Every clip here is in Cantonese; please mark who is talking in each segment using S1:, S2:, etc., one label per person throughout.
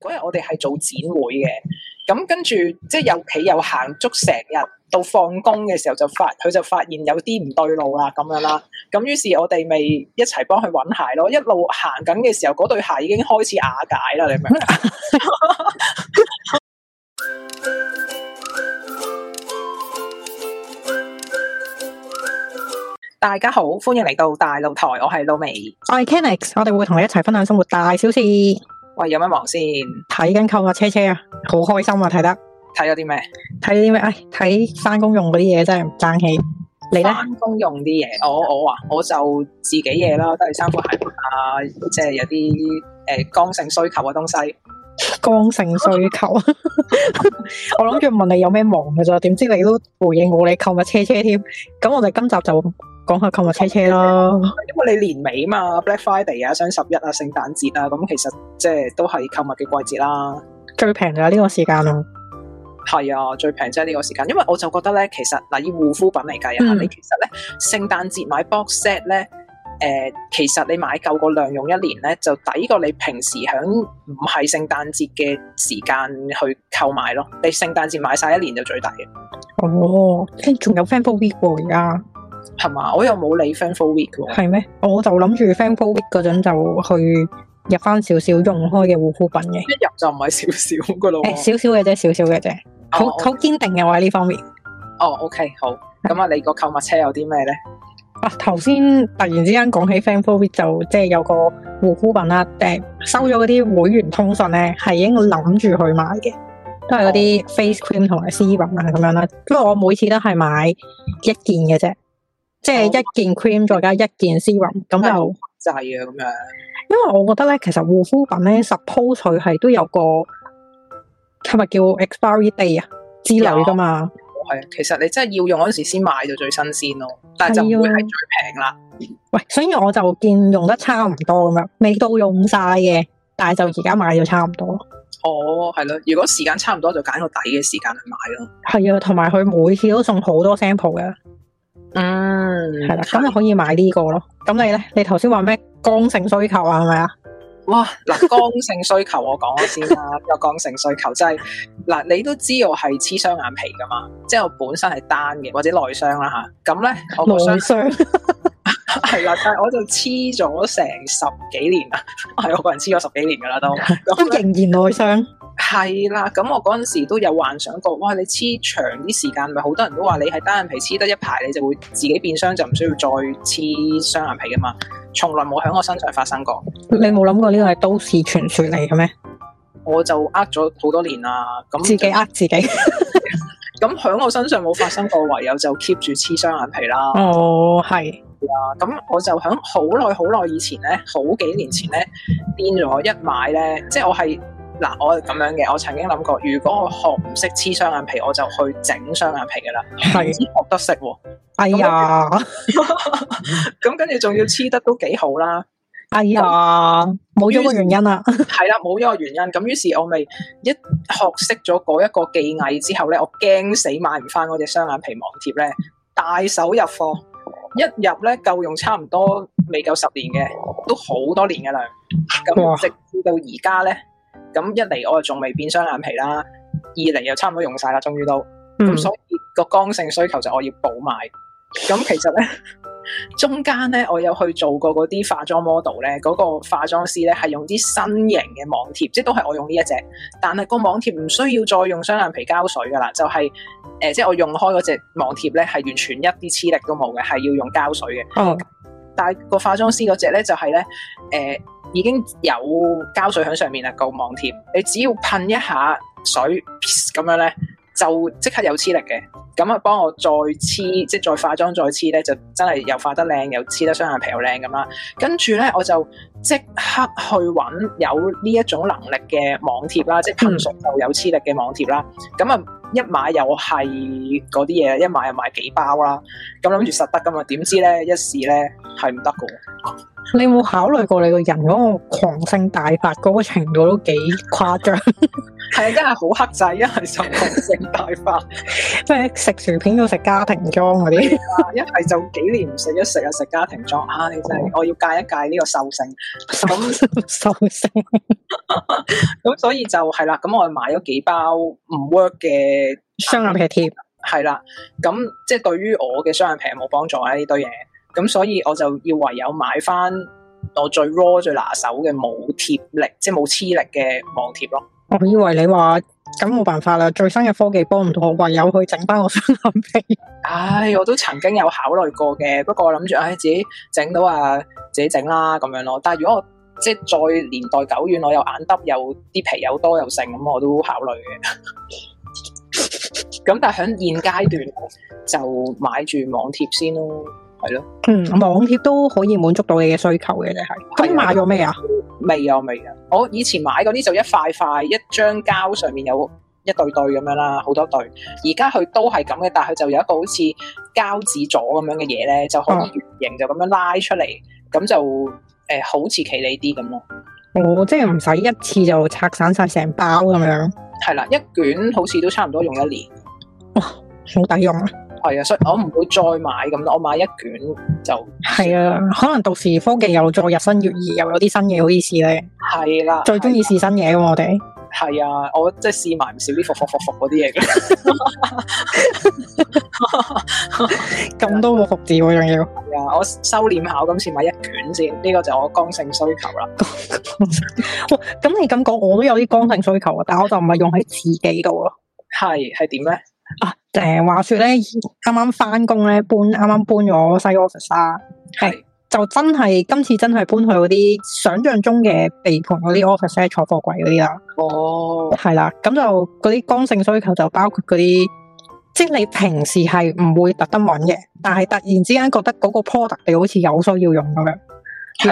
S1: 嗰日我哋係做展會嘅，咁跟住即係又企又行足成日，到放工嘅時候就發佢就發現有啲唔對路啦咁樣啦，咁於是我哋咪一齊幫佢揾鞋咯，一路行緊嘅時候，嗰對鞋已經開始瓦解啦，你明唔明？啊 大家好，歡迎嚟到大露台，我係露媚。
S2: 我係 Kenix，我哋會同你一齊分享生活大小事，睇
S1: 喂，有咩忙先？
S2: 緊購物車車啊，好開心啊！睇得
S1: 睇咗啲咩？
S2: 睇啲咩？唉，睇翻工用嗰啲嘢真係唔爭氣。你咧？
S1: 翻工用啲嘢，我我啊，我就自己嘢啦，都係衫褲鞋襪啊，即係有啲誒剛性需求嘅東西。
S2: 剛性需求， 我諗住問你有咩忙嘅咋，點知你都回應我你購物車車添。咁我哋今集就講下購物車車啦。
S1: 因為你年尾嘛，Black Friday 啊、雙十一啊、聖誕節啊，咁其實即係都係購物嘅季節啦。
S2: 最平就係呢個時間啊咯。
S1: 係啊，最平即係呢個時間，因為我就覺得咧，其實嗱以護膚品嚟計啊，
S2: 嗯
S1: 你其實咧聖誕節買 box set 咧，誒、其實你買夠個量用一年咧，就抵過你平時響唔係聖誕節嘅時間去購買咯。你聖誕節買晒一年就最抵嘅，
S2: 哦，跟住仲有 Fan Week 喎，而家
S1: 係嘛？我又冇理 friend for week 喎。
S2: 係咩？我就諗住 Fan Week 嗰陣就去入翻少少用開嘅護膚品嘅。
S1: 一入就唔係少少噶咯喎。
S2: 誒，少少嘅啫，少少嘅啫。好
S1: 哦
S2: 好堅定嘅我喺呢方面。
S1: 哦，OK，好。咁啊，你個購物車有啲咩咧？
S2: 啊，頭先突然之間講起 Fan Phobia 就即係有個護膚品啦，誒、收咗嗰啲會員通訊咧，係已經諗住去買嘅，都係嗰
S1: 哦
S2: 啲 face cream 同埋 serum 啊咁樣啦。因為我每次都係買一件嘅啫，即係一
S1: 哦
S2: 件 cream 再加一件 serum，咁就
S1: 係制啊，咁樣。
S2: 因為我覺得咧，其實護膚品咧，suppose 佢係都有個係咪叫 expiry day 啊之類噶嘛。
S1: 係啊，其實你真係要用嗰陣時先買就最新鮮咯，但係就唔會係
S2: 係啊
S1: 最平啦。
S2: 喂，所以我就見用得差唔多咁樣，未到用晒嘅，但係就而家買咗差唔多咯。
S1: 哦，係咯，如果時間差唔多就揀個底嘅時間去買咯。
S2: 係啊，同埋佢每次都送好多 sample 嘅，
S1: 嗯，
S2: 係啦，咁就啊可以買呢個咯。咁你咧，你頭先話咩剛性需求啊，係咪啊？
S1: 哇，嗱， 剛性需求我講咗先啦， 有剛性需求即係嗱，你都知我係黐雙眼皮噶嘛，即係我本身係單嘅或者內雙啦吓，咁咧我個雙
S2: 內傷
S1: 係啦，但係我就黐咗成十幾年啦， 係我個人黐咗十幾年噶啦 都。咁
S2: 都仍然內傷，
S1: 係啦，咁我嗰陣時都有幻想過，哇！你黐長啲時間，咪好多人都話你係單眼皮黐得一排，你就會自己變雙，就唔需要再黐雙眼皮噶嘛。從來冇喺我身上發生過，
S2: 你冇諗過呢個係都市傳說嚟嘅咩？
S1: 我就呃咗好多年啦。咁
S2: 自己呃自己。
S1: 咁喺我身上冇發生過，唯有就 keep 住黐雙眼皮啦。
S2: 哦，係，
S1: 咁我就喺好耐好耐以前咧，好幾年前咧，癲咗一買咧，即係我係嗱，我係咁樣嘅。我曾經諗過，如果我學唔識黐雙眼皮，我就去整雙眼皮噶啦。
S2: 係
S1: 唔知學得識喎。
S2: 哎呀，
S1: 咁跟住仲要黐得都幾好啦，
S2: 哎呀，冇咗個原因啊啦。
S1: 係啦，冇咗個原因。咁於是我咪一學識咗嗰一個技藝之後咧，我驚死買唔翻嗰隻雙眼皮網貼咧，大手入貨，一入咧夠用差唔多未夠十年嘅，都好多年嘅啦。
S2: 哇
S1: 咁直至到而家咧，咁一嚟我仲未變雙眼皮啦，二嚟又差唔多用晒啦，終於都。咁
S2: 嗯，
S1: 所以個剛性需求就我要補買。咁其實咧， 中間咧我有去做過嗰啲化妝 model 咧，嗰、個化妝師咧係用啲新型嘅網貼，即係都係我用呢一隻，但係個網貼唔需要再用雙眼皮膠水噶啦，就係、呃即係我用開嗰隻網貼咧係完全一啲黐力都冇嘅，係要用膠水嘅。
S2: 哦，
S1: 但係個化妝師嗰只咧就係咧誒已經有膠水喺上面啦，個網貼你只要噴一下水咁樣咧，就即刻有黐力嘅。咁啊，幫我再黐，即係再化妝再黐咧，就真係又化得靚，又黐得雙眼皮又靚咁啦。跟住咧，我就即刻去揾有呢一種能力嘅網貼啦，即係噴水就有黐力嘅網貼啦。咁啊，一買又係嗰啲嘢，一買又買幾包啦。咁諗住實得噶嘛，點知咧一試咧係唔得噶。
S2: 你有冇考慮過你個人嗰個狂性大發嗰個程度都幾誇張？
S1: 係啊，一係好黑仔，一係就雄性大化，
S2: 即係食薯片到食家庭裝嗰啲。
S1: 一係就幾年唔食一食啊，食家庭裝啊，你真係我要戒一戒呢個獸性。咁
S2: 收聲，
S1: 咁所以就係啦，咁我買咗幾包唔 work 嘅，
S2: 雙眼皮貼，
S1: 係啦，咁即係對於我嘅雙眼皮係冇幫助啊呢堆嘢，咁所以我就要唯有買翻我最 raw 最拿手嘅冇貼力，即係冇黐力嘅網貼咯。
S2: 我以為你話咁冇辦法啦，最新嘅科技幫唔到我，唯有去整翻個雙眼皮。
S1: 唉，我都曾經有考慮過嘅，不過我諗住唉自己整到啊，自己整啦咁樣咯。但係如果我即係再年代久遠，我又眼耷又啲皮又多又剩，咁我都考慮嘅。咁但係喺現階段就買住網貼先咯，係咯，
S2: 嗯，網貼都可以滿足到你嘅需求嘅，你係。咁
S1: 係啊
S2: 買咗咩啊？
S1: 未啊未啊！我以前買嗰啲就一塊塊一張膠上面有一對對咁樣啦，好多對。而家佢都係咁嘅，但係佢就有一個好似膠紙座咁樣嘅嘢咧，就可以圓形就咁樣拉出嚟，咁就誒、呃好似企理啲咁咯。
S2: 我即係唔使一次就拆散晒成包咁樣，
S1: 係啦，一卷好似都差唔多用一年。
S2: 好抵用啊！
S1: 係啊，所以我唔會再買咁咯，我買一卷就
S2: 係啊，可能到時科技又再日新月異，又有啲新嘢可以試咧。
S1: 係啦。
S2: 最中意試新嘢㗎嘛我哋。
S1: 係啊，我即係試埋唔少啲服服服服嗰啲嘢嘅。
S2: 咁多個服字喎，仲要
S1: 係啊，我收斂下，我今次買一卷先，呢、個就我剛性需求啦。
S2: 咁你咁講，我都有啲剛性需求啊，但我就唔係用喺自己度啊咯。
S1: 係係點咧？
S2: 啊，誒、話說咧，啱啱翻工咧，搬啱啱搬咗西 office 啦，
S1: 係
S2: 就真係今次真係搬去嗰啲想象中嘅地盤嗰啲 office 咧，坐貨櫃嗰啲啦，
S1: 哦，
S2: 係啦，咁就嗰啲剛性需求就包括嗰啲，即係你平時係唔會特登揾嘅，但係突然之間覺得嗰個 product 你好似有需要用咁
S1: 係
S2: 樣，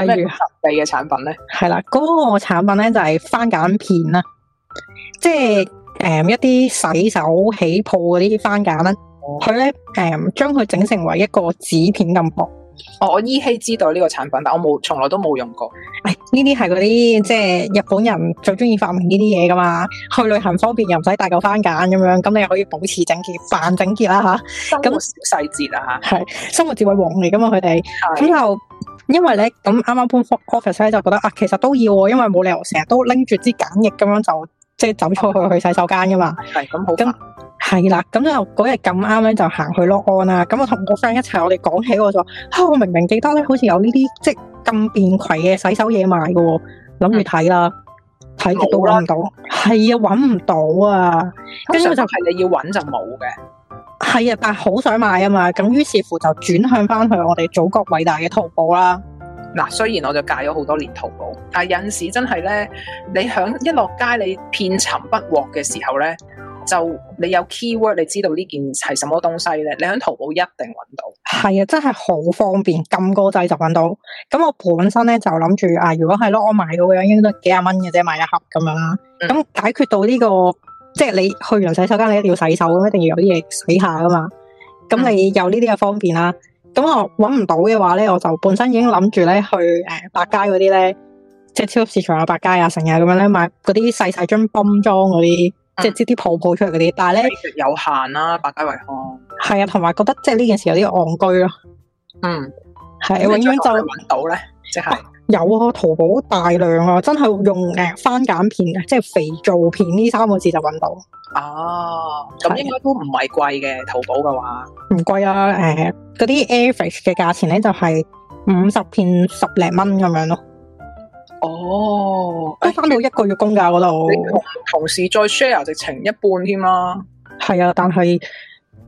S1: 咩
S2: 例如
S1: 你嘅產品咧？
S2: 係啦，嗰、個產品咧就係番梘片啦，即係诶、誒一啲洗手起泡嗰啲番梘啦，佢咧诶将佢整成為一個紙片咁薄。
S1: 哦，我依稀知道呢個產品，但我冇，從來都冇用過。
S2: 唉，哎呢啲係嗰啲即係日本人最中意發明呢啲嘢噶嘛，去旅行方便又唔使帶嚿番梘咁樣，咁你又可以保持整潔，扮整潔啦吓，
S1: 生活小細節啊，
S2: 生活智慧王嚟噶嘛佢哋，咁
S1: 係
S2: 就因為咧咁啱啱搬 office 咧就覺得啊，其實都要喎，因為冇理由成日都拎住支梘液咁樣就即係走出去去洗手間噶嘛。
S1: 係咁好
S2: 咁
S1: 煩。
S2: 係啦，咁就嗰日咁啱咧就行去 lock on 啦。咁我同我 friend 一齊，我哋講起我就話啊，我明明記得咧，好似有呢啲即係咁便攜嘅洗手嘢賣嘅喎，諗住睇啦，睇極都揾唔到，係啊揾唔到啊，跟
S1: 跟
S2: 住
S1: 住
S2: 我
S1: 就
S2: 就
S1: 係你要揾就冇嘅。
S2: 係啊，但係好想買啊嘛，咁於是乎就轉向翻去我哋祖國偉大嘅淘寶啦，
S1: 嗱，雖然我就戒咗好多年淘寶，但係有陣時真係咧，你響一落街你遍尋不獲嘅時候咧，就你有 keyword，你知道呢件係什麼東西咧，你喺淘寶一定揾到。
S2: 係啊，真係好方便，撳個掣就揾到。咁我本身咧就諗住啊，如果係 lock on 買到嘅，應該都係幾廿蚊嘅啫，買一盒咁樣啦。
S1: 嗯
S2: 咁、解決到呢、個，即係你去完洗手間，你一定要洗手咁，一定要有啲嘢洗下噶嘛。咁
S1: 嗯
S2: 你有呢啲嘅方便啦。咁我揾唔到嘅話咧，我就本身已經諗住咧去誒、呃百佳嗰啲咧，即係超級市場啊、百佳啊、成日咁樣咧買嗰啲細細樽泵裝嗰啲，
S1: 嗯
S2: 即係擠啲泡泡出嚟嗰啲。但係咧
S1: 美食有限啦，百佳惠康。
S2: 係啊，同埋覺得即係呢件事有啲戇居咯，
S1: 嗯，
S2: 係永遠就。
S1: 揾到咧，即係。
S2: 有啊，淘寶大量啊，真係用誒番梘片啊，即係肥皂片呢三個字就揾到，唔
S1: 哦，咁
S2: 係
S1: 應該都唔係貴嘅，淘寶嘅話，
S2: 貴啊誒嗰啲 average 嘅價錢咧就係五十片十零蚊咁樣咯，
S1: 哦，
S2: 都翻到一個月工價嗰
S1: 你
S2: 度
S1: 同，同事再 share 直情一半添啦，
S2: 係啊，但係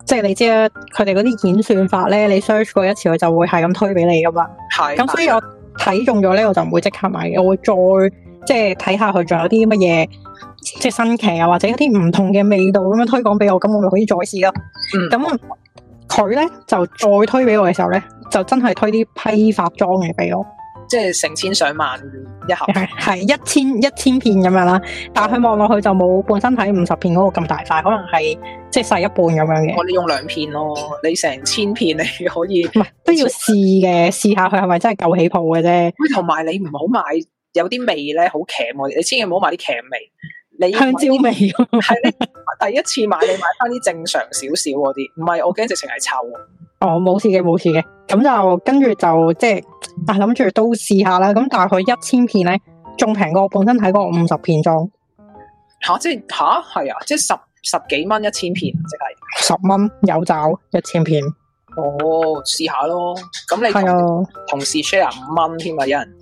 S2: 即係你知啊，佢哋嗰啲演算法咧，你 search 過一次佢就會係咁推俾你噶嘛，
S1: 係。
S2: 咁所以我睇中咗咧，我就唔會即刻買嘅，我會再即係睇下佢仲有啲乜嘢。即係新奇啊，或者一啲唔同嘅味道咁樣推廣俾我，咁我咪可以再試咯。
S1: 嗯
S2: 咁佢咧就再推俾我嘅時候咧，就真係推啲批發裝嘅俾我，
S1: 即係成千上萬一盒，
S2: 係一千一千片咁樣啦。但係佢望落去就冇本身睇五十片嗰個咁大塊，可能係即係細一半咁樣嘅。
S1: 我哋用兩片咯，你成千片你可 以，
S2: 唔係都要試嘅，試下佢係咪真係夠起泡嘅啫。
S1: 喂同埋你唔好買有啲味咧好鉗喎，你千祈唔好買啲鉗味，你
S2: 香蕉味喎，
S1: 系你 第一次買，你買翻啲正常少少嗰啲，唔係我驚直情係臭。
S2: 哦，冇事嘅，冇事嘅。咁就跟住就即係啊，諗住都試下啦。咁但係佢一千片咧，仲平過我本身睇嗰五十片裝
S1: 吓、即係吓係啊，即係十十幾蚊一千片，即係
S2: 十蚊有找一千片，
S1: 哦，試下咯。咁你
S2: 係
S1: 同
S2: 啊，
S1: 同事 share 五蚊添啊，有人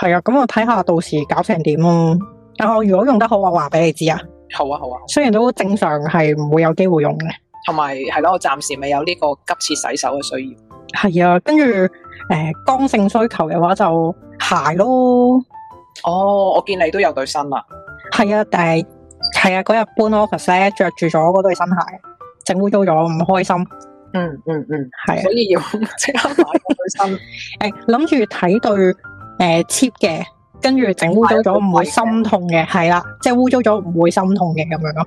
S2: 係啊。咁我睇下到時搞成點咯。但我如果用得好，我話俾你知啊。
S1: 好啊好啊，
S2: 雖然都正常係唔會有機會用嘅。
S1: 同埋係咯，我暫時未有呢個急切洗手嘅需要。
S2: 係啊，跟住诶，刚性需求嘅話就鞋咯。
S1: 哦，我見你都有對新啦，
S2: 係啊，但係係啊，嗰日搬 office 咧，着住咗嗰對新鞋，整污糟咗，唔開心。
S1: 嗯嗯嗯，
S2: 係啊。
S1: 所以要 即刻買嗰對新。
S2: 诶，谂住睇對诶 cheap 嘅，跟住整污糟咗唔會心痛嘅，係啦，即係污糟咗唔會心痛嘅咁樣咯。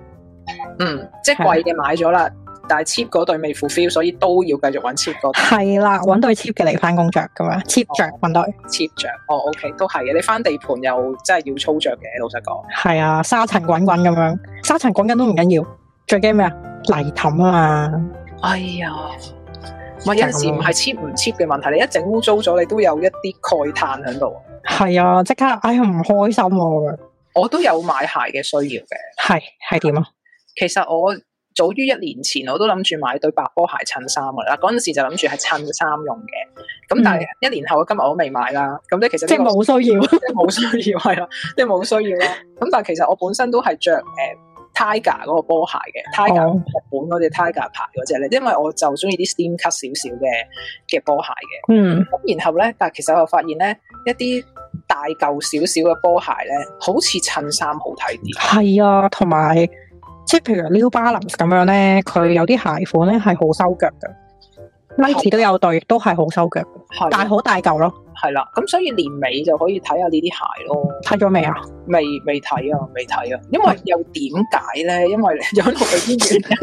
S1: 嗯，即係貴嘅買咗啦，但係 cheap 嗰對未 fulfill，所以都要繼續揾 cheap 嗰對
S2: 係啦，揾對 cheap 嘅嚟翻工着咁樣 c h e a p 着揾對，
S1: cheap 着。哦，OK，都係嘅。你翻地盤又真係要粗着嘅，老實講。
S2: 係啊，沙塵滾滾咁樣，沙塵滾緊都唔緊要，最驚咩啊？泥氹啊嘛，
S1: 哎呀，唔係有陣時唔係 cheap 唔 cheap 嘅問題，你一整污糟咗，你都有一啲慨嘆喺度。
S2: 係啊，即刻哎呀唔開心喎咁樣，
S1: 我都有買鞋嘅需要嘅。
S2: 係係點啊？
S1: 其實我早於一年前我都諗住買對白波鞋襯衫噶啦，嗰陣時就諗住係襯衫用嘅。咁但係一年後，今日我都未買啦。咁咧其實
S2: 即
S1: 呢
S2: 係
S1: 個
S2: 冇需 要，
S1: 嗯即係冇需要係啦，即係冇需要啦。咁但係其實我本身都係着誒呃 Tiger 嗰個波鞋嘅，Tiger
S2: 哦
S1: 日本嗰只 Tiger 牌嗰只咧，因為我就中意啲 steam cut 少少嘅嘅波鞋嘅。
S2: 嗯，
S1: 咁然後咧，但係其實我又發現咧，一啲大舊少少嘅波鞋咧，好似襯衫好睇啲。
S2: 係啊，同埋即係譬如 New Balance 咁樣咧，佢有啲鞋款咧係好收腳嘅，Nike 都有對，亦都係好收腳。
S1: 係啊
S2: 但係好大嚿咯，
S1: 係啦，咁所以年尾就可以睇下呢啲鞋咯。
S2: 睇咗未啊？
S1: 未未睇啊，未睇啊，因為又點解咧？因為有喺度俾啲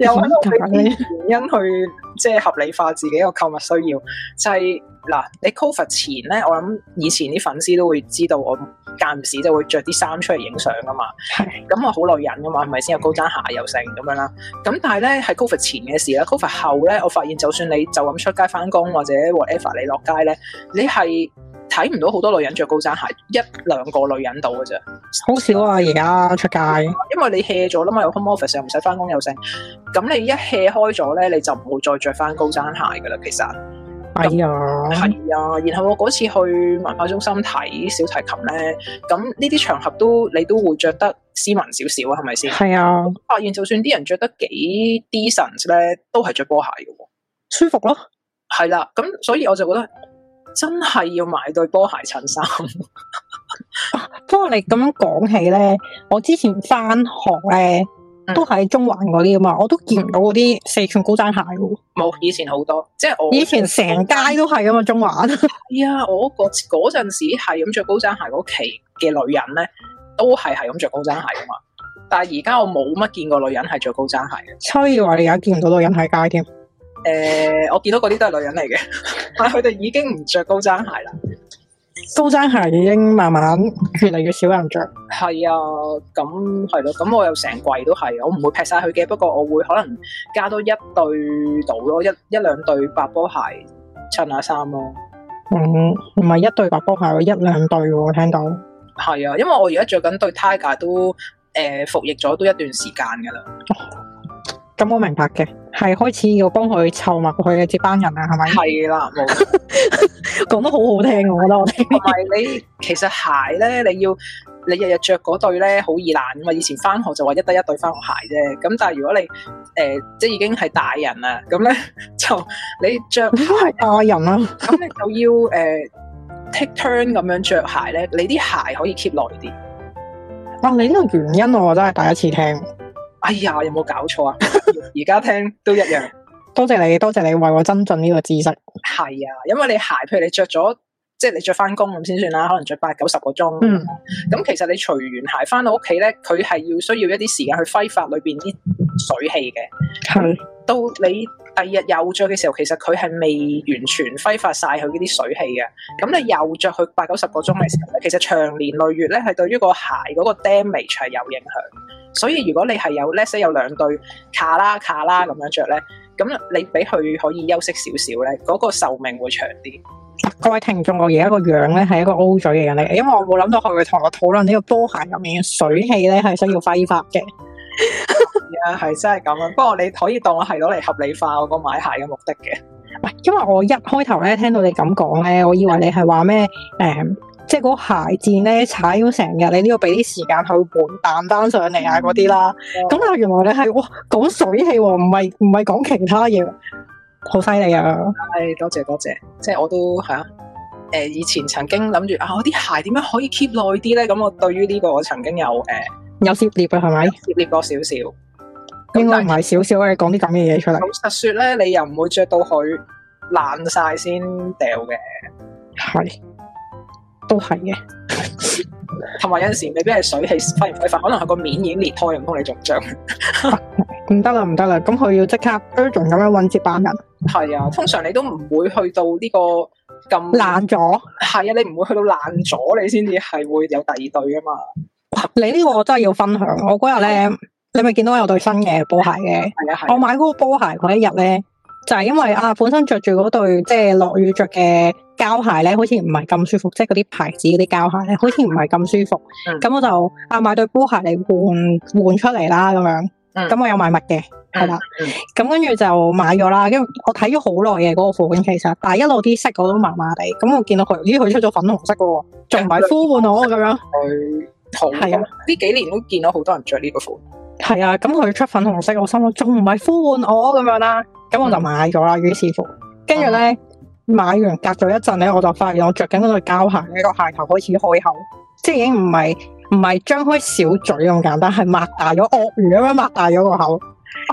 S1: 原因，又喺度俾啲原因去即係合理化自己個購物需要，就係、嗱，你 cover 前咧，我諗以前啲粉絲都會知道我間唔時就會着啲衫出嚟影相噶嘛。
S2: 係
S1: 咁我好女人噶嘛，係咪先有高踭鞋又剩咁樣啦？咁但係咧係 Covid 前嘅事啦，Covid 後咧，我發現就算你就咁出街翻工或者 whatever 你落街咧，你係睇唔到好多女人着高踭鞋，一兩個女人到嘅啫，
S2: 好少啊！而家出街
S1: 因為你 hea 咗啦嘛，有 home office 又唔使翻工又剩，咁你一 hea 開咗咧，你就唔會再着翻高踭鞋噶啦，其實。
S2: 哎呀，
S1: 係啊，然後我嗰次去文化中心睇小提琴咧，咁呢啲場合都你都會着得斯文少少啊，係咪先？
S2: 係啊，
S1: 發現就算啲人着得幾 decent 咧，都係着波鞋嘅喎。
S2: 舒服咯，
S1: 係啦，咁所以我就覺得真係要買對波鞋襯衫。
S2: 不過你咁樣講起咧，我之前翻學咧
S1: 嗯
S2: 都喺中環嗰啲啊嘛，我都見唔到嗰啲四寸高踭鞋嘅喎。
S1: 冇以前好多，即係我
S2: 以前成街都係啊嘛，中環
S1: 係啊！我嗰嗰陣時係咁着高踭鞋嗰期嘅女人咧，都係係咁着高踭鞋噶嘛。但係而家我冇乜見過女人係着高踭鞋嘅。
S2: 所以話你而家見唔到女人喺街添。
S1: 誒、我見到嗰啲都係女人嚟嘅， 但係佢哋已經唔着高踭鞋啦。
S2: 高踭鞋已經慢慢越嚟越少人着。
S1: 係啊，咁係咯，咁我又成櫃都係，我唔會劈晒佢嘅，不過我會可能加多一對到咯，一一兩對白波鞋襯下衫咯。
S2: 嗯，唔係一對白波鞋喎，一兩對喎，我聽到。哦，
S1: 係啊，因為我而家着緊對 Tiger 都誒、呃服役咗都一段時間㗎啦。
S2: 咁我明白嘅，係開始要幫佢湊埋佢嘅接班人啦，啊係咪？
S1: 係啦，冇錯
S2: 講得好好聽，我覺得我 聽。
S1: 同埋你其實鞋咧，你要你日日着嗰對咧，好易爛㗎嘛。以前翻學就話一得一對翻學鞋啫，咁但係如果你誒、呃即係已經係大人啦，咁咧 就你着。
S2: 你都係大人啦，
S1: 咁你就要誒 take turn 咁樣着鞋咧，你啲鞋可以 keep 耐啲。
S2: 啊！你呢個原因我真係第一次聽，
S1: 哎呀，有冇搞錯啊？ 而家聽都一樣。
S2: 多謝你，多謝你為我增進呢個知識。
S1: 係啊，因為你鞋，譬如你着咗，即係你着翻工咁先算啦，可能着八九十個鐘。
S2: 嗯，
S1: 咁其實你除完鞋翻到屋企咧，佢係要需要一啲時間去揮發裏邊啲水氣嘅。
S2: 係
S1: 到你哎第二日又着嘅時候，其實佢係未完全揮發晒佢嗰啲水氣嘅。咁你又着佢八九十個鐘嘅時候咧，其實長年累月咧係對於個鞋嗰個 damage 係有影響。所以如果你係有 let's say 有兩對卡啦卡啦咁樣着咧，咁你俾佢可以休息少少咧，嗰、個壽命會長啲。
S2: 各位聽眾，我而家個樣咧係一個 O 嘴嘅人嚟嘅，因為我冇諗到佢會同我討論呢個波鞋入面嘅水氣咧係需要揮發嘅。
S1: 啊，係真係咁啊！不過你可以當我係攞嚟合理化我個買鞋嘅目的嘅。
S2: 喂，因為我一開頭咧聽到你咁講咧，我以為你係話咩誒，即係嗰個鞋墊咧踩咗成日，你都要俾啲時間去換彈翻上嚟啊嗰啲啦。
S1: 嗯
S2: 咁但係原來你係哇講水氣喎，唔係唔係講其他嘢，好犀利啊！
S1: 唉，多謝多謝，即係我都係啊。誒、以前曾經諗住啊，我啲鞋點樣可以 keep 耐啲咧？咁我對於呢個我曾經有誒
S2: 有涉獵啊，係咪？
S1: 涉獵過少少。
S2: 應
S1: 咁
S2: 該唔
S1: 但係
S2: 係少少嘅講啲咁嘅嘢出嚟
S1: 老。實説咧，你又唔會着到佢爛晒先掉嘅，
S2: 係，都係嘅。
S1: 同埋有陣時未必係水氣揮唔揮發，可能佢個面已經裂開，唔通你仲着？
S2: 唔得啦，唔得啦，咁佢要即刻 urgent 咁樣揾接班人，
S1: 係啊，通常你都唔會去到呢個咁
S2: 爛咗。
S1: 係啊，你唔會去到爛咗，你先至係會有第二對噶嘛。
S2: 你呢個我真係要分享。我嗰日咧，你咪見到我有對新嘅波鞋嘅。
S1: 係啊，係啊
S2: 我買嗰個波鞋嗰一日咧，就係、因為啊，本身着住嗰對即係落雨着嘅膠鞋咧，好似唔係咁舒服，即係嗰啲牌子嗰啲膠鞋咧，好似唔係咁舒服
S1: 嗯。
S2: 咁、我就啊買對波鞋嚟換換出嚟啦，咁樣。
S1: 嗯
S2: 咁、我有買襪嘅，係啦。
S1: 嗯
S2: 咁跟住就買咗啦，跟住我睇咗好耐嘅嗰個款其實，但係一路啲色我都麻麻地，咁我見到佢，咦佢出咗粉紅色嘅喎，仲唔係呼喚我咁樣？
S1: 佢好
S2: 係啊
S1: 呢幾年都見到好多人着呢個款，
S2: 係啊，咁佢出粉紅色，我心諗仲唔係呼喚我咁樣啦，咁我就買咗啦，於是乎，跟住咧買完隔咗一陣咧，我就發現我着緊嗰對膠鞋咧，個鞋頭開始開口，即係已經唔係唔係張開小嘴咁簡單，係擘大咗鱷魚咁樣擘大咗個口。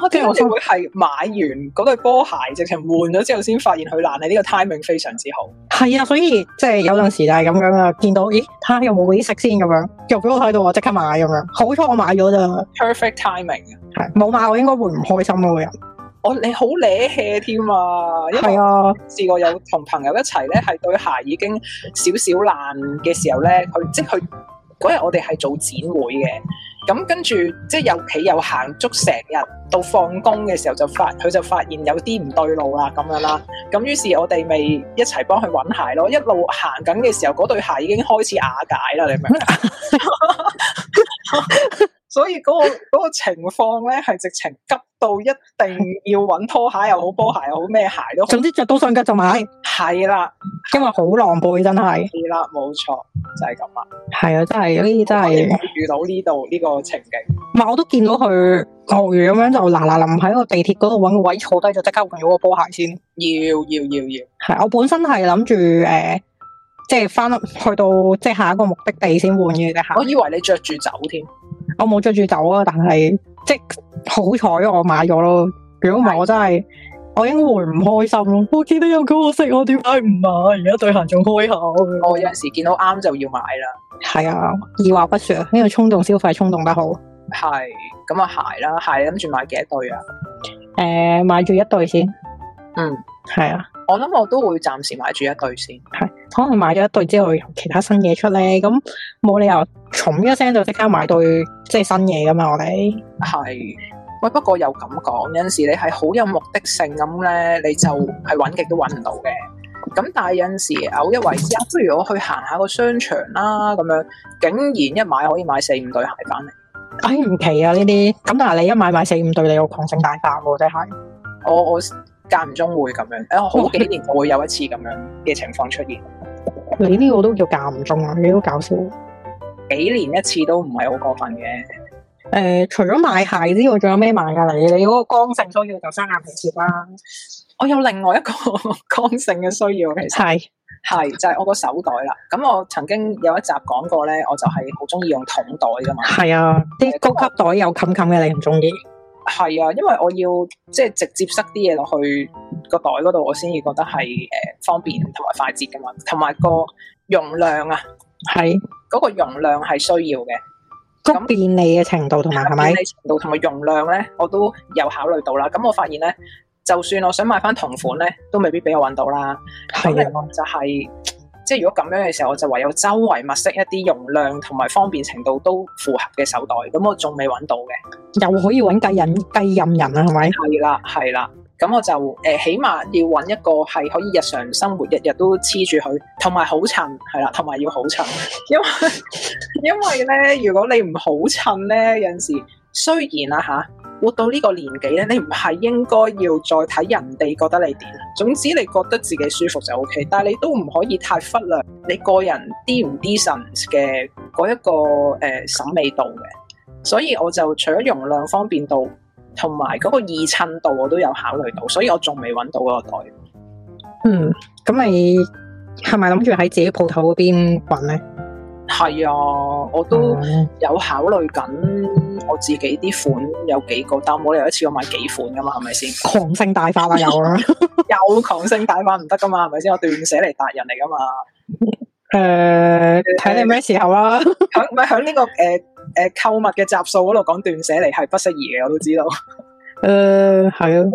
S1: 我
S2: 跟住我
S1: 哋
S2: 心
S1: 會係買完嗰對波鞋，直情換咗之後先發現佢爛，你呢個 timing 非常之好。
S2: 係啊，所以即係有陣時就係咁樣啊，見到咦睇下有冇嗰啲色先咁樣，又俾我睇到我即刻買咁樣，好彩我買咗咋，
S1: perfect timing。啊
S2: 係冇買我應該會唔開心咯個人。
S1: 我你好嗲氣添啊！因為
S2: 係啊，
S1: 我試過有同朋友一齊咧，係對鞋已經少少爛嘅時候咧，佢即係佢嗰日我哋係做展會嘅，咁跟住即係又企又行足成日，到放工嘅時候就發佢就發現有啲唔對路啦咁樣啦，咁於是我哋咪一齊幫佢揾鞋咯，一路行緊嘅時候，嗰對鞋已經開始瓦解啦，你明唔明？啊所以嗰、個嗰個情況咧係直情急到一定要揾拖鞋又好，波鞋又好，咩鞋都好，
S2: 總之着到上腳就買，
S1: 係啦，
S2: 因為好狼狽真係。
S1: 係啦，冇錯，就係咁啦。
S2: 係啊，真係呢啲真
S1: 我哋
S2: 係，
S1: 冇遇到呢度呢個情景，
S2: 唔係我都見到佢鱷魚咁樣就嗱嗱臨喺個地鐵嗰度揾個位坐低就即刻換咗個波鞋先。
S1: 要要要要，
S2: 係我本身係諗住誒，即係翻去到即係下一個目的地先換嘅隻鞋。
S1: 我以為你着住走添，
S2: 我冇着住走啊，但係即係好彩我買咗咯。如果唔係，我真係我應該會唔開心咯。我見到有嗰個色，我點解唔買？而家對鞋仲開口。
S1: 我有陣時見到啱就要買啦，
S2: 係啊，二話不說，呢、個衝動消費衝動得好。
S1: 係咁啊鞋啦，鞋你諗住買幾多對啊？
S2: 诶、買住一對先。
S1: 嗯，
S2: 係啊，
S1: 我諗我都會暫時買住一對先，
S2: 可能買咗一對之後，有其他新嘢出咧，咁冇理由重一聲就即刻買對即係新嘢噶嘛，我哋。
S1: 係。喂，不過又咁講，有陣時你係好有目的性咁咧，你就係揾極都揾唔到嘅。咁但係有陣時偶一為之啊，不如我去行下個商場啦，咁樣竟然一買可以買四五對鞋翻嚟。
S2: 唉，唔奇啊呢啲。咁但係你一買買四五對，你要狂性大發喎，真係。
S1: 我我間唔中會咁樣，誒好幾年就會有一次咁樣嘅情況出現，
S2: 你呢個都叫間唔中啊，你都搞笑。
S1: 幾年一次都唔係好過分嘅。
S2: 誒、除咗買鞋啊之外，仲有咩買㗎你？你嗰個剛性需要就生眼皮貼啦。
S1: 我有另外一個 剛性嘅需要，其實
S2: 係，
S1: 係就係、我個手袋啦。咁我曾經有一集講過咧，我就係好中意用桶袋噶嘛。
S2: 係啊，啲高級袋有冚冚嘅，你唔中意？
S1: 係啊，因為我要即係直接塞啲嘢落去個袋嗰度，我先至覺得係誒、呃方便同埋快捷噶嘛，同埋個容量啊，
S2: 係
S1: 嗰、個容量係需要嘅。
S2: 個
S1: 咁
S2: 便利嘅程度同埋係咪
S1: 便利？程度同埋容量咧，我都有考慮到啦。咁我發現咧，就算我想買翻同款咧，都未必俾我揾到啦。咁另
S2: 係啊，
S1: 外就係、即係如果咁樣嘅時候，我就唯有周圍物色一啲容量同埋方便程度都符合嘅手袋，咁我仲未揾到嘅。
S2: 又可以揾繼任繼任人啦，啊係咪？
S1: 係啦，係啦。咁我就誒、呃起碼要揾一個係可以日常生活日日都黐住佢，同埋好襯，係啦，同埋要好襯， 因為 因為咧，如果你唔好襯咧，有陣時雖然啊嚇，活到呢個年紀咧，你唔係應該要再睇人哋覺得你點，總之你覺得自己舒服就 O K，但係你都唔可以太忽略你個人 d 唔 decent 嘅嗰一個誒、呃、審美度嘅，所以我就除咗容量方便度。同埋嗰個易襯度我都有考慮到，所以我仲未揾到嗰個袋。
S2: 嗯，咁你係咪諗住喺自己鋪頭嗰邊揾咧？
S1: 係啊，我都
S2: 嗯？
S1: 有考慮緊我自己啲款有幾個，但我冇理由一次我買幾款噶嘛，係咪先
S2: 狂性大發 啊，有啊！
S1: 有狂性大法唔得噶嘛，係咪先？我斷捨離達人嚟噶嘛，
S2: 诶，睇你咩時候 啦。
S1: 響唔係響呢個誒誒、呃呃購物嘅集數嗰度講斷捨離係不適宜嘅，我都知道。
S2: 诶，係啊，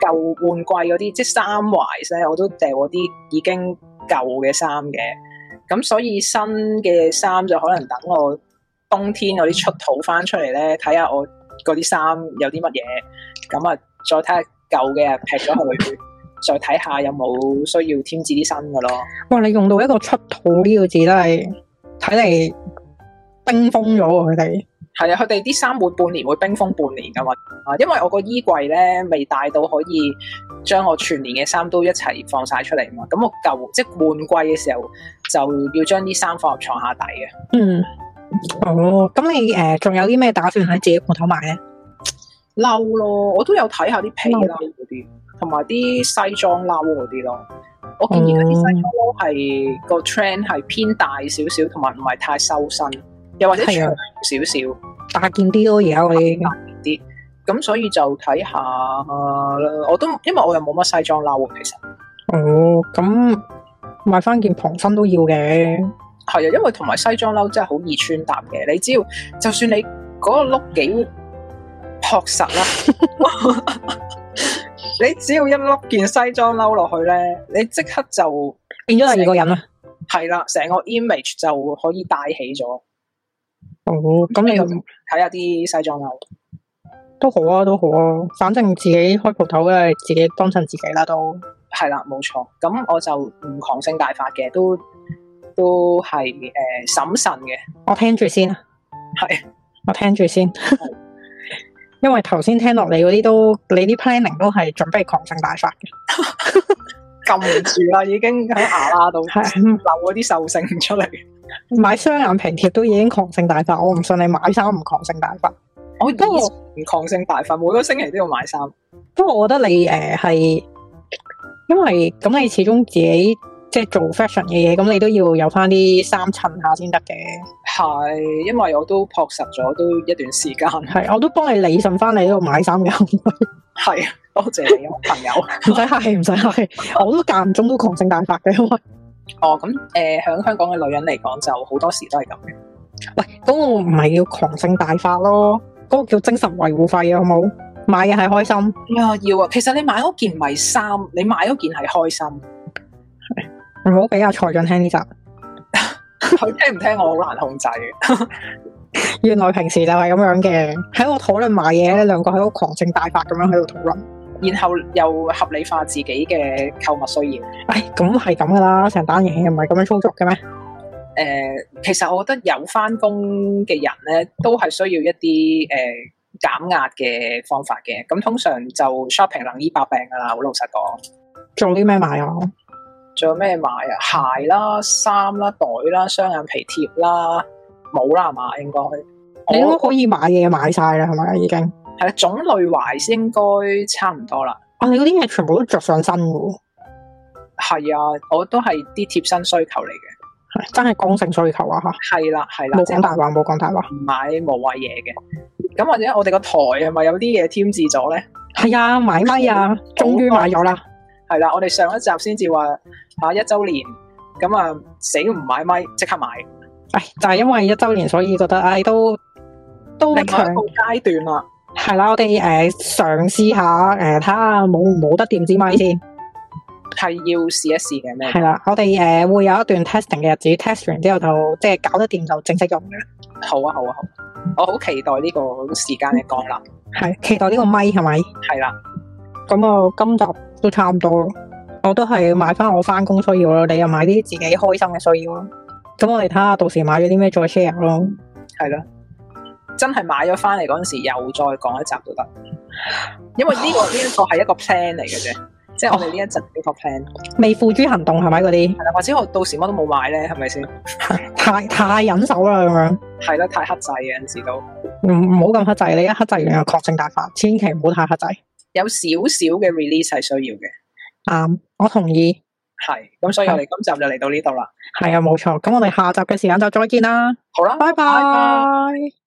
S1: 舊換季嗰啲，即係衫 wise 咧，我都掉嗰啲已經舊嘅衫嘅。咁所以新嘅衫就可能等我冬天嗰啲出土翻出嚟咧，睇下我嗰啲衫有啲乜嘢，咁啊再睇下舊嘅劈咗佢，再睇下有冇需要添置啲新嘅咯。
S2: 哇！你用到一個出土呢個字都係睇嚟冰封咗喎，佢哋。
S1: 係啊，佢哋啲衫每半年會冰封半年噶嘛，啊，因為我個衣櫃咧未大到可以將我全年嘅衫都一齊放晒出嚟嘛，咁我舊即係換季嘅時候就要將啲衫放入床下底嘅。
S2: 嗯，哦，咁你诶仲有啲咩打算喺自己鋪頭啊買咧？
S1: 褸咯，我都有睇下啲皮褸
S2: 褸
S1: 嗰啲，同埋啲西裝褸嗰啲咯。我建議嗰啲西裝褸係個 trend 係偏大少少，同埋唔係太修身，又或者長
S2: 係啊
S1: 少少。
S2: 大件啲咯，而家嗰啲。
S1: 啲，咁所以就睇下呃我都因為我又冇乜西裝褸，其實
S2: 哦，咁買翻件旁身都要嘅。
S1: 係啊，因為同埋西裝褸真係好易穿搭嘅，你只要就算你嗰個碌幾樸實啦， 你只要一碌件西裝褸落去咧，你即刻就
S2: 變咗第二個人啦。啊
S1: 係啦，成個 image 就可以帶起咗。
S2: 哦，咁你
S1: 嗯睇下啲西裝褸，
S2: 都好啊，都好啊。反正自己開鋪頭嘅，自己幫襯自己啦都。
S1: 係啦，冇錯。咁我就唔狂性大發嘅，都都係誒、呃、審慎嘅。
S2: 我聽住先啊，
S1: 係
S2: 我聽住先。因為頭先聽落嚟嗰啲都，你啲 planning 都係準備狂性大發嘅。
S1: 撳唔住啦，已經喺牙罅度流
S2: 係
S1: 嗰啲獸性出嚟。
S2: 買雙眼皮貼都已經狂性大發，我唔信你買衫唔狂性大發。
S1: 我以
S2: 不過
S1: 前抗性大發，每個星期都要買衫。
S2: 不過我覺得你誒係、因為咁你始終自己即係做 fashion 嘅嘢，咁你都要有翻啲衫襯下先得嘅。
S1: 係，因為我都朴實咗都一段時間。
S2: 係，我都幫你理順翻你呢度買衫嘅行為
S1: 係，多謝你啊，朋 友。
S2: 唔使客氣，唔使客氣，我都間唔中都狂性大發嘅，因為
S1: 哦，咁誒，響、香港嘅女人嚟講，就好多時都係咁嘅。
S2: 喂嗰、個唔係叫狂性大發咯，嗰、個叫精神維護費啊，好冇？買嘢係開心，
S1: 啊，要啊！其實你買嗰件唔係衫，你買嗰件係開心。
S2: 唔好俾阿財俊聽呢集。
S1: 佢聽唔聽我好難控制嘅。
S2: 原來平時就係咁樣嘅，喺度討論買嘢咧，兩個喺度狂性大發咁樣喺度討論。
S1: 然後又合理化自己嘅購物需要。誒、
S2: 唉，咁係咁噶啦，成單嘢唔係咁樣操作嘅咩？
S1: 呃其實我覺得有翻工嘅人咧，都係需要一啲誒、減壓嘅方法嘅。咁通常就 shopping 能醫百病㗎啦，好老實講。
S2: 做啲咩買啊？
S1: 仲有咩買啊？鞋啦、衫啦、袋啦、雙眼皮貼啦，冇啦係嘛？應該
S2: 你應該
S1: 我
S2: 可以買嘢買晒啦，係咪啊已經？
S1: 係啦，種類懷應該差唔多啦。
S2: 啊，你嗰啲嘢全部都着上身嘅喎，
S1: 係啊，我都係啲貼身需求嚟嘅。
S2: 係真係剛性需求啊嚇！
S1: 係啦，係啦，
S2: 冇
S1: 即係
S2: 講大話，冇講大話。
S1: 唔買無謂嘢嘅。咁或者我哋個台係咪有啲嘢添置咗咧？
S2: 係啊，買咪啊，終於買咗啦！
S1: 係啦，我哋上一集先至話啊一週年，咁啊死都唔買咪，即刻買。
S2: 唉，就係因為一周年，所以覺得唉都
S1: 另
S2: 都
S1: 外一
S2: 強
S1: 個階段啦，啊
S2: 係啦，我哋诶尝试下诶睇下冇唔冇得掂支咪先。
S1: 係要試一試嘅咩
S2: 係？啦，我哋诶会有一段 testing 嘅日子，test 完之後就即係搞得掂就正式用嘅。
S1: 好啊，好啊，好啊！我好期待呢個時間嘅降臨，
S2: 係期待呢個咪係咪？
S1: 係啦，
S2: 咁啊，今集都差唔多咯。我都係買翻我翻工需要咯，你又買啲自己開心嘅需要咯。咁我哋睇下到時買咗啲咩再 share 咯。
S1: 係啦，真係買咗翻嚟嗰陣時，又再講一集都得，因為 呢、個呢一個係一個 plan 嚟嘅啫，即係我哋呢一集呢個 plan，
S2: 未付諸行動係咪嗰啲？
S1: 係啦，或者我到時乜都冇買咧，係咪先？
S2: 太太忍手啦咁樣，
S1: 係啦，太黑仔嘅有陣時都
S2: 唔唔好咁黑仔，你一黑仔完又確症大發，千祈唔好太黑仔。
S1: 有少少嘅 release 係需要嘅，
S2: 啱，我同意，
S1: 係咁，所以我哋今集就嚟到呢度啦，
S2: 係啊，冇錯。咁我哋下集嘅時間就再見啦，
S1: 好啦，
S2: 拜
S1: 拜
S2: 拜。